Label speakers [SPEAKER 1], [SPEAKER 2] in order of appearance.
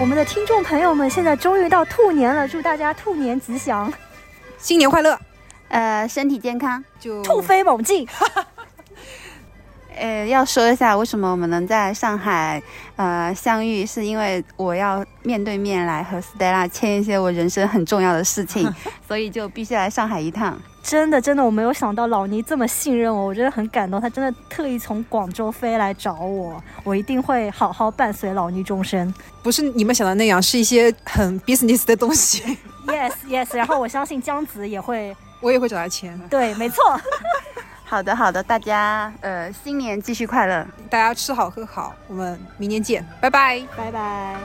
[SPEAKER 1] 我们的听众朋友们，现在终于到兔年了，祝大家兔年吉祥，
[SPEAKER 2] 新年快乐！
[SPEAKER 3] 呃，身体健康。
[SPEAKER 2] 就
[SPEAKER 1] 兔飞猛进。
[SPEAKER 3] 呃，要说一下为什么我们能在上海呃相遇，是因为我要面对面来和 Stella 签一些我人生很重要的事 情，所以就必须来上海一趟。
[SPEAKER 1] 真的，真的，我没有想到老倪这么信任我，我真的很感动。他真的特意从广州飞来找我，我一定会好好伴随老倪终身。
[SPEAKER 2] 不是你们想的那样，是一些很 business 的东西，
[SPEAKER 1] Yes, yes。然后我相信江子也会，
[SPEAKER 2] 我也会找他签。
[SPEAKER 1] 对，没错。
[SPEAKER 3] 好的，好的，大家呃新年继续快乐。
[SPEAKER 2] 大家吃好喝好，我们明年见，拜拜。
[SPEAKER 1] 拜拜。